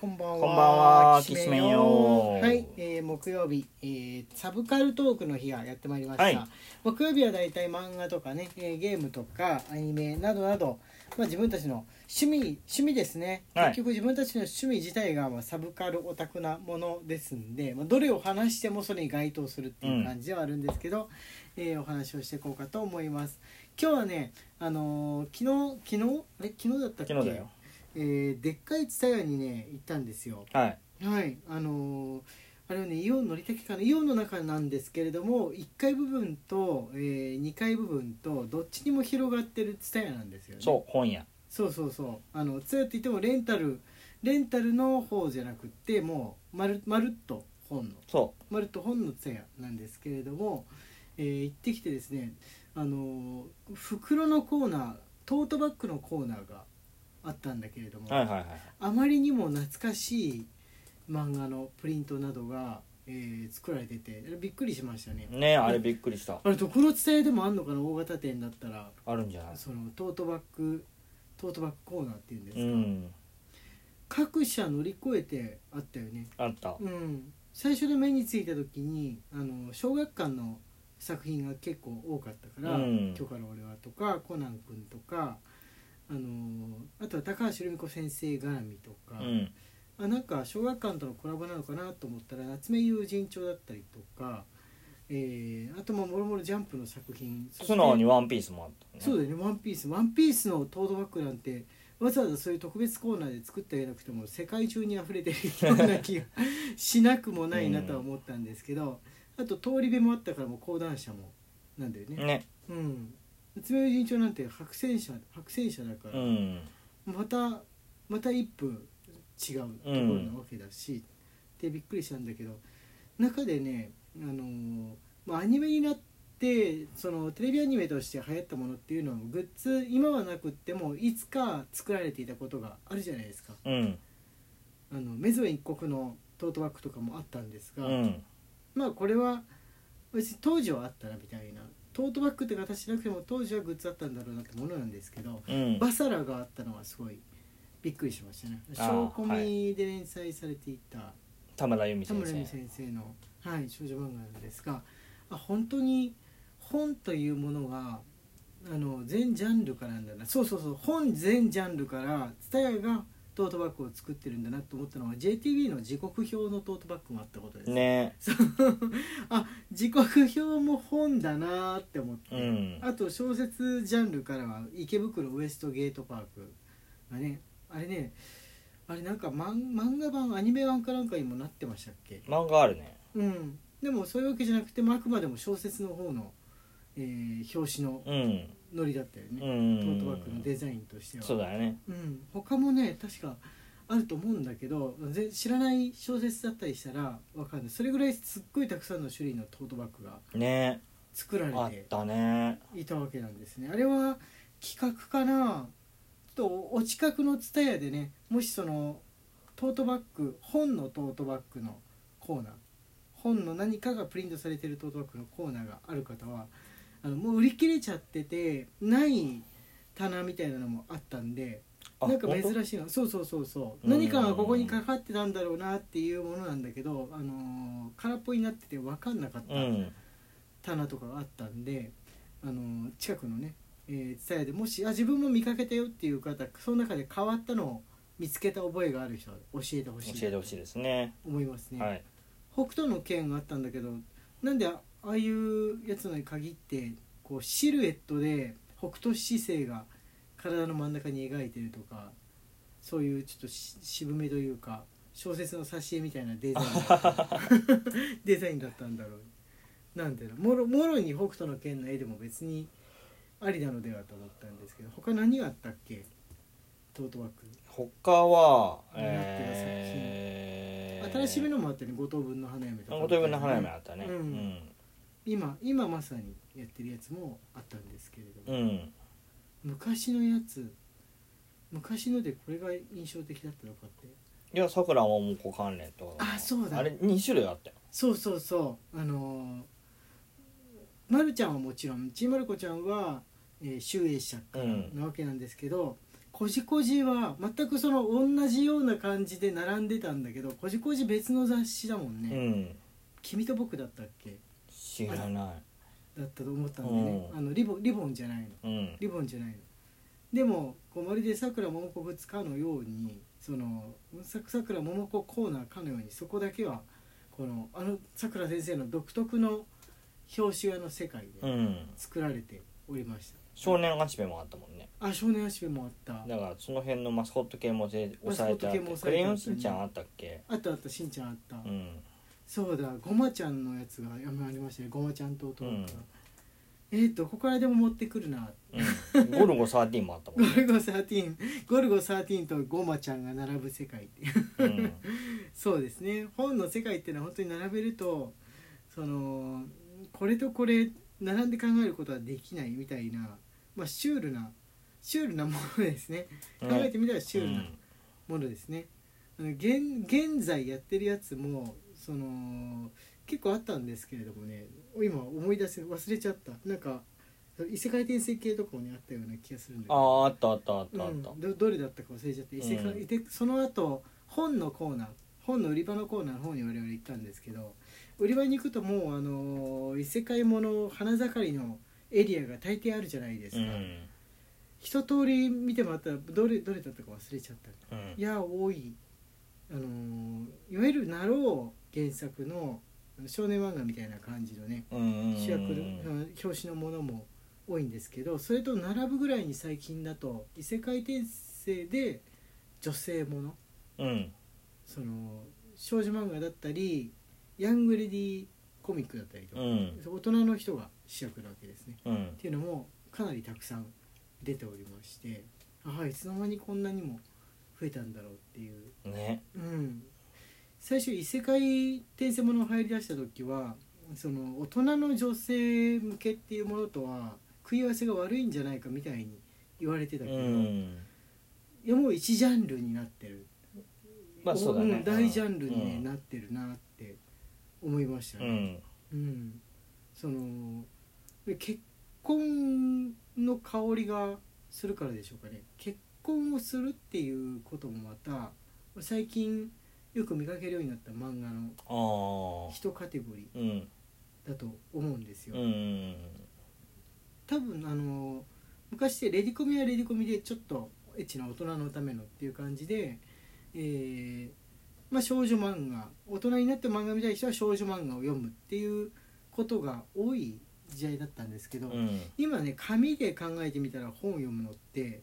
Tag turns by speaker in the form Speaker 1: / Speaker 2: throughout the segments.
Speaker 1: こんばんは。
Speaker 2: こんばんは
Speaker 1: き
Speaker 2: きしめんよ
Speaker 1: はい、えー木曜日、えーサブカルトークの日がやってまいりました。
Speaker 2: はい
Speaker 1: 木曜日はだいたい漫画とかね、えーゲームとかアニメなどなど、まあ自分たちの趣味趣味ですね。
Speaker 2: はい
Speaker 1: 結局自分たちの趣味自体がまあサブカルオタクなものですんで、まあどれを話してもそれに該当するっていう感じではあるんですけど、えーお話をしていこうかと思います。今日はね、あのー昨日昨日あれ昨日だったっけ？
Speaker 2: 昨日だよ。
Speaker 1: えーでっかい蔦屋にね行ったんですよ
Speaker 2: はい
Speaker 1: はいあのーあれはねイオンのりたけかなイオンの中なんですけれども1階部分と、え2階部分とどっちにも広がってる蔦屋なんですよね
Speaker 2: そう本屋
Speaker 1: そうそうそうあの蔦屋って言ってもレンタルレンタルの方じゃなくってもうまるまるっと本の
Speaker 2: そ
Speaker 1: まるっと本の蔦屋なんですけれども、えー行ってきてですねあのー袋のコーナートートバッグのコーナーがあったんだけれども、
Speaker 2: うはいはいはい
Speaker 1: あまりにも懐かしい漫画のプリントなどが、えー作られててびっくりしましたね
Speaker 2: ねあれびっくりした
Speaker 1: あれどこの伝えでもあんのかな大型店だったら
Speaker 2: あるんじゃない
Speaker 1: そのトートバッグトートバッグコーナーっていうんです
Speaker 2: う
Speaker 1: か、
Speaker 2: ん
Speaker 1: 各社乗り越えてあったよね
Speaker 2: あった
Speaker 1: うん最初で目についた時にあの小学館の作品が結構多かったから
Speaker 2: う
Speaker 1: 「
Speaker 2: ん
Speaker 1: 今日から俺は」とか「コナン君」とかあのあとは高橋留美子先生絡みと
Speaker 2: う
Speaker 1: か、
Speaker 2: ん
Speaker 1: あなんか小学館とのコラボなのかなと思ったら夏目友人帳だったりとか、えーあとももろもろジャンプの作品そして
Speaker 2: 素直にワンピースもあったね
Speaker 1: そうだよね「ワンピースワンピースのトートバッグなんてわざわざそういう特別コーナーで作ってあげなくても世界中に溢れてるような気がしなくもないなとは思ったんですけど、あと通り部もあったからもう講談社もなんだよね。
Speaker 2: ね
Speaker 1: うん、夏目友人帳なんて白戦車白戦車だから
Speaker 2: う、ん
Speaker 1: またまた一分違うところなわけだし、でびっくりしたんだけど中でね、あのーまあ、アニメになってそのテレビアニメとして流行ったものっていうのはグッズ今はなくってもいつか作られていたことがあるじゃないですか
Speaker 2: うん
Speaker 1: あのメゾン一国のトートバッグとかもあったんです
Speaker 2: う
Speaker 1: が、
Speaker 2: ん
Speaker 1: まあこれは別に当時はあったなみたいなトートバッグって形じゃなくても当時はグッズあったんだろうなってものなんですけど、
Speaker 2: うん
Speaker 1: バサラがあったのはすごいびっくりしましたね。
Speaker 2: あー
Speaker 1: 小コミで連載されていた
Speaker 2: 田村由美
Speaker 1: 田
Speaker 2: 先
Speaker 1: 村由美
Speaker 2: 生
Speaker 1: 先生の、はい、少女漫画なんですが、あ本当に本というものがあの全ジャンルからなんだな。そうそうそう、本全ジャンルから蔦屋がトートバッグを作ってるんだなと思ったのは JTB の時刻表のトートバッグもあったことです。
Speaker 2: ね
Speaker 1: そうあ時刻表も本だなーって思って、
Speaker 2: うん
Speaker 1: あと小説ジャンルからは池袋ウエストゲートパークがねあれねあれなんかマン漫画版アニメ版かなんかにもなってましたっけ
Speaker 2: 漫画あるね
Speaker 1: うんでもそういうわけじゃなくてまああくまでも小説の方の、えー表紙の
Speaker 2: うん
Speaker 1: ノリだったよ
Speaker 2: う
Speaker 1: ね、
Speaker 2: ん
Speaker 1: トートバッグのデザインとしては
Speaker 2: そうだよね
Speaker 1: うん、他もね確かあると思うんだけどぜ知らない小説だったりしたらわかんないそれぐらいすっごいたくさんの種類のトートバッグが
Speaker 2: ね
Speaker 1: 作ら
Speaker 2: あ
Speaker 1: れ
Speaker 2: ってたね
Speaker 1: いたわけなんですねあれは企画かなちょっとおお近くの蔦屋でねもしそのトートバッグ本のトートバッグのコーナー本の何かがプリントされてるトートバッグのコーナーがある方はあのもう売り切れちゃっててない棚みたいなのもあったんで
Speaker 2: あ
Speaker 1: なんか
Speaker 2: 本当
Speaker 1: 珍しいのそうそうそうそう
Speaker 2: うん
Speaker 1: 何かがここにかかってたんだろうなっていうものなんだけど、あのー空っぽになってて分かんなかった
Speaker 2: うん
Speaker 1: 棚とかがあったんで、あのー近くのねえー伝えでもしあ自分も見かけたよっていう方その中で変わったのを見つけた覚えがある人は教えてほしい
Speaker 2: 教えてほしいですね
Speaker 1: 思いますね、
Speaker 2: はい
Speaker 1: 北斗の剣があったんだけどなんであああいうやつのに限ってこうシルエットで北斗七星が体の真ん中に描いてるとかそういうちょっとし渋めというか小説の挿絵みたいなデザインだった デザインだったんだろうなんていうのもろもろに北斗の剣の絵でも別にありなのではと思ったんですけど他何があったっけトートバッグ
Speaker 2: 他は
Speaker 1: なってる作品
Speaker 2: えー
Speaker 1: 新しめのもあったよね五等分の花嫁とか
Speaker 2: 五等分の花嫁あったね
Speaker 1: うん今今まさにやってるやつもあったんですけれど
Speaker 2: うん、
Speaker 1: も、
Speaker 2: うん
Speaker 1: 昔のやつ昔のでこれが印象的だったのかって
Speaker 2: いやさくらももこ関連とか
Speaker 1: あそうだ
Speaker 2: あれ2種類あったよ
Speaker 1: そうそうそうあのー、まるちゃんはもちろんちーまる子ちゃんは、えー、集英社からなわけなんですけど、こじこじは全くその同じような感じで並んでたんだけどこじこじ別の雑誌だもんね「
Speaker 2: うん
Speaker 1: 君と僕」だったっけ
Speaker 2: 知らない
Speaker 1: だったと思ったんでね、
Speaker 2: うん
Speaker 1: あのリボンリボンじゃないの
Speaker 2: うん
Speaker 1: リボンじゃないのでもこうまるでさくらももこ2日のようにそのささくらももこコーナーかのようにそこだけはこのあのさくら先生の独特の表紙画の世界
Speaker 2: う
Speaker 1: で
Speaker 2: ん
Speaker 1: 作られておりまし
Speaker 2: 少年アシベもあったもんね
Speaker 1: た、あ少年足部もあった
Speaker 2: だからその辺のマスコット系も全押さえてあって
Speaker 1: マスコット系も
Speaker 2: ク
Speaker 1: 抑え
Speaker 2: レ
Speaker 1: て
Speaker 2: ヨ
Speaker 1: あ
Speaker 2: ン
Speaker 1: ったね
Speaker 2: しんちゃんあったっけ
Speaker 1: あったあったしんちゃんあった、
Speaker 2: うん
Speaker 1: そうだごまちゃんのやつがやめありましたねごまちゃんと弟が、
Speaker 2: うん
Speaker 1: えっ、とここからでも持ってくるな
Speaker 2: うんゴルゴ13もあったも
Speaker 1: ゴ
Speaker 2: んね
Speaker 1: ルゴ13ゴルゴ13とゴマちゃんが並ぶ世界って
Speaker 2: うん
Speaker 1: そうですね本の世界っていうのは本当に並べるとそのこれとこれ並んで考えることはできないみたいな、まあ、シュールなシュールなものですね考えてみたらシュールなものですね、あの現現在やってるやつもその結構あったんですけれどもね今思い出せ忘れちゃったなんか異世界転生系とかもねあったような気がするんだけ
Speaker 2: あ
Speaker 1: ど
Speaker 2: ああったあったあったあっ
Speaker 1: うん
Speaker 2: た、
Speaker 1: どどれだったか忘れちゃって異世界、
Speaker 2: うん
Speaker 1: でその後本のコーナー本の売り場のコーナーの方に我々行ったんですけど売り場に行くともう、あのー異世界もの花盛りのエリアが大抵あるじゃないです
Speaker 2: う
Speaker 1: か、
Speaker 2: ん
Speaker 1: 一通り見てもらったらどれどれだったか忘れちゃった
Speaker 2: うん
Speaker 1: いや多い、あのーいわゆるなろう原作の少年漫画みたいな感じのね
Speaker 2: うん
Speaker 1: 主役のうん表紙のものも多いんですけどそれと並ぶぐらいに最近だと異世界転生で女性もの
Speaker 2: うん
Speaker 1: その少女漫画だったりヤングレディコミックだったりと
Speaker 2: う
Speaker 1: か、
Speaker 2: ん
Speaker 1: 大人の人が主役なわけですね。
Speaker 2: うん
Speaker 1: っていうのもかなりたくさん出ておりましてああいつの間にこんなにも増えたんだろうっていう
Speaker 2: ね
Speaker 1: うん、最初異世界転生ものが入り出した時はその大人の女性向けっていうものとは食い合わせが悪いんじゃないかみたいに言われてた
Speaker 2: う
Speaker 1: けど、
Speaker 2: ん
Speaker 1: いやもう一ジャンルになってる、
Speaker 2: まあそうだね
Speaker 1: ん大ジャンル
Speaker 2: う
Speaker 1: に、ね
Speaker 2: ん
Speaker 1: なってるなって思いました
Speaker 2: う
Speaker 1: ね。
Speaker 2: ん
Speaker 1: うんその結婚の香りがするからでしょうかね結婚をするっていうこともまた最近よく見かけるようになった漫画の
Speaker 2: ああ
Speaker 1: 一カテゴリ
Speaker 2: うん
Speaker 1: ーだと思うんですよ、
Speaker 2: うん
Speaker 1: 多分あの昔ってレディコミはレディコミでちょっとエッチな大人のためのっていう感じで、えーまあ、少女漫画大人になって漫画見たい人は少女漫画を読むっていうことが多い時代だったんですけど、
Speaker 2: うん
Speaker 1: 今ね紙で考えてみたら本を読むのって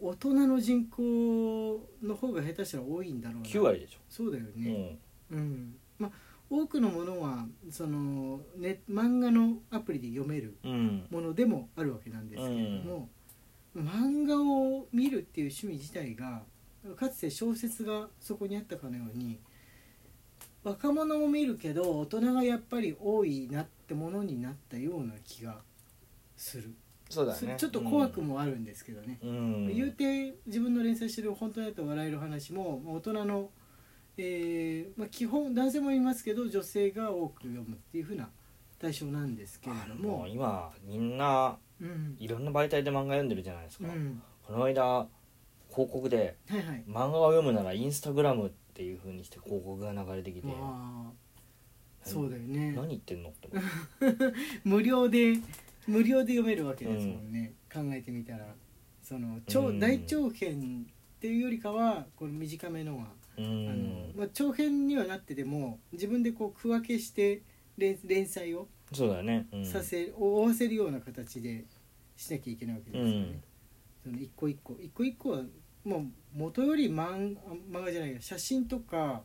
Speaker 1: 大人の人口の方が下手したら多いんだろうな
Speaker 2: 9割でしょ
Speaker 1: そうだよ
Speaker 2: う
Speaker 1: ね、
Speaker 2: ん
Speaker 1: うん、まあ多くのものはその、ね、漫画のアプリで読める
Speaker 2: うん
Speaker 1: ものでもあるわけなんですけれども、漫画を見るっていう趣味自体がかつて小説がそこにあったかのように若者も見るけど大人がやっぱり多いなってものになったような気がする、
Speaker 2: そうだね
Speaker 1: ちょっと怖くもあるんですけどね、
Speaker 2: うん
Speaker 1: 言うて自分の連載してる本当だと笑える話もまあ大人の、えーまあ、基本男性もいますけど女性が多く読むっていう風な対象なんですけれ
Speaker 2: あ
Speaker 1: ど
Speaker 2: の
Speaker 1: も
Speaker 2: もう今みんな
Speaker 1: うん、
Speaker 2: いろんな媒体で漫画読んでるじゃないです
Speaker 1: う
Speaker 2: か、
Speaker 1: ん、
Speaker 2: この間広告で
Speaker 1: はいはい
Speaker 2: 漫画を読むならインスタグラムっていう風にして広告が流れてきて
Speaker 1: わあそうだよね
Speaker 2: 何言ってんのって思っ
Speaker 1: 無料で無料で読めるわけですもんね、考えてみたらその長、
Speaker 2: うん
Speaker 1: 大長編っていうよりかはこの短めのは
Speaker 2: てう
Speaker 1: あの
Speaker 2: ん
Speaker 1: まあ、長編にはなってても自分でこう区分けして連連載を
Speaker 2: そうだね、うん、
Speaker 1: させ、追わせるような形でしなきゃいけないわけですよね。その一個一個一個一個はもう元より漫画漫画じゃないや写真とか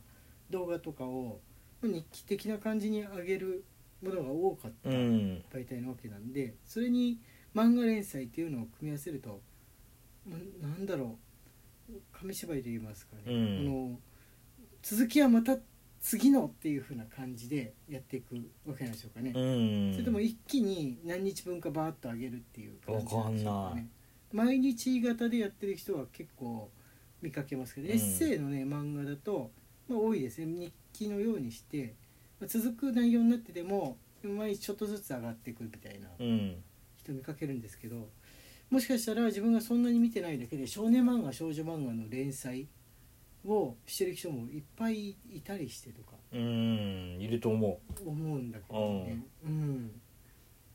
Speaker 1: 動画とかをまあ日記的な感じに上げるものが多かった
Speaker 2: うん
Speaker 1: 媒体なわけなんでそれに漫画連載っていうのを組み合わせるとななんだろう紙芝居で言いますかね、
Speaker 2: うん
Speaker 1: あの続きはまた次のっていう風な感じでやっていくわけなんでしょうかね。
Speaker 2: うん
Speaker 1: それとも一気に何日分かバーッと上げるっていう感じんでしょう
Speaker 2: わかんない
Speaker 1: 毎日型でやってる人は結構見かけますけど、
Speaker 2: うん
Speaker 1: エッセイのね漫画だと、まあ、多いですね日記のようにして、まあ続く内容になってても毎日ちょっとずつ上がっていくみたいな
Speaker 2: うん
Speaker 1: 人見かけるんですけどもしかしたら自分がそんなに見てないだけで少年漫画少女漫画の連載をしてる人もいっぱいいたりしてとか
Speaker 2: うんいると思
Speaker 1: 思うんだけどねうん、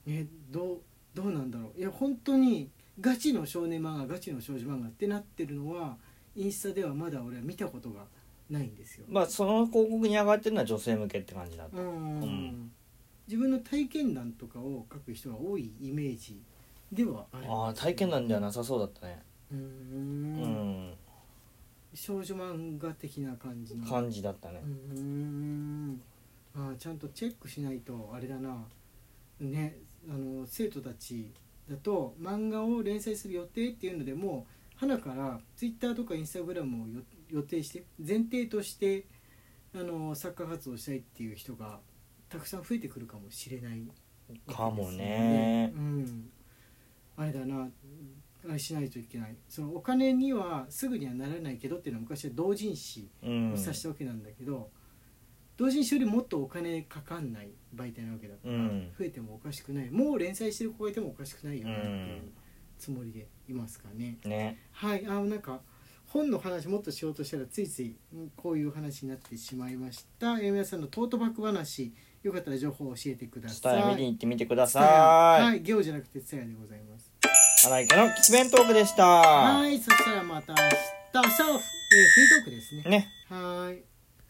Speaker 1: ねどうどうなんだろういや本当にガチの少年漫画ガチの少女漫画ってなってるのはインスタではまだ俺は見たことがないんですよ
Speaker 2: う。まあその広告に上がってるのは女性向けって感じだと、
Speaker 1: うん
Speaker 2: うん
Speaker 1: 自分の体験談とかを書く人が多いイメージではある
Speaker 2: ああ体験談ではなさそうだったね
Speaker 1: うー
Speaker 2: うん、
Speaker 1: ん少女漫画的な感じの
Speaker 2: 感じだったね
Speaker 1: うーんあーちゃんとチェックしないとあれだなねあの生徒たちだと漫画を連載する予定っていうのでもうはなからツイッターとかインスタグラムをよ予定して前提としてあの作家活動したいっていう人がたくさん増えてくるかもしれない
Speaker 2: かもね
Speaker 1: うん、あれだなあれしないといけないそのお金にはすぐにはならないけどっていうのは昔は同人誌
Speaker 2: うん
Speaker 1: を指したわけなんだけど、同人誌よりもっとお金かかんない媒体なわけだから、
Speaker 2: うん
Speaker 1: 増えてもおかしくないもう連載してる子がいてもおかしくないよねっていう
Speaker 2: うん
Speaker 1: つもりでいますかね。
Speaker 2: ね
Speaker 1: はいあなんか本の話もっとしようとしたらついついうんこういう話になってしまいました。えー皆さんのトートバッグ話よかったら情報を教えてくだ
Speaker 2: ス
Speaker 1: さい。
Speaker 2: タイ見に行ってみてください、
Speaker 1: はい、行じゃなくてツヤでございます。
Speaker 2: 荒井家の吉弁トークでした
Speaker 1: はい、そしたらまた明日、明日は、えーフリートークですね。
Speaker 2: ね
Speaker 1: はーい。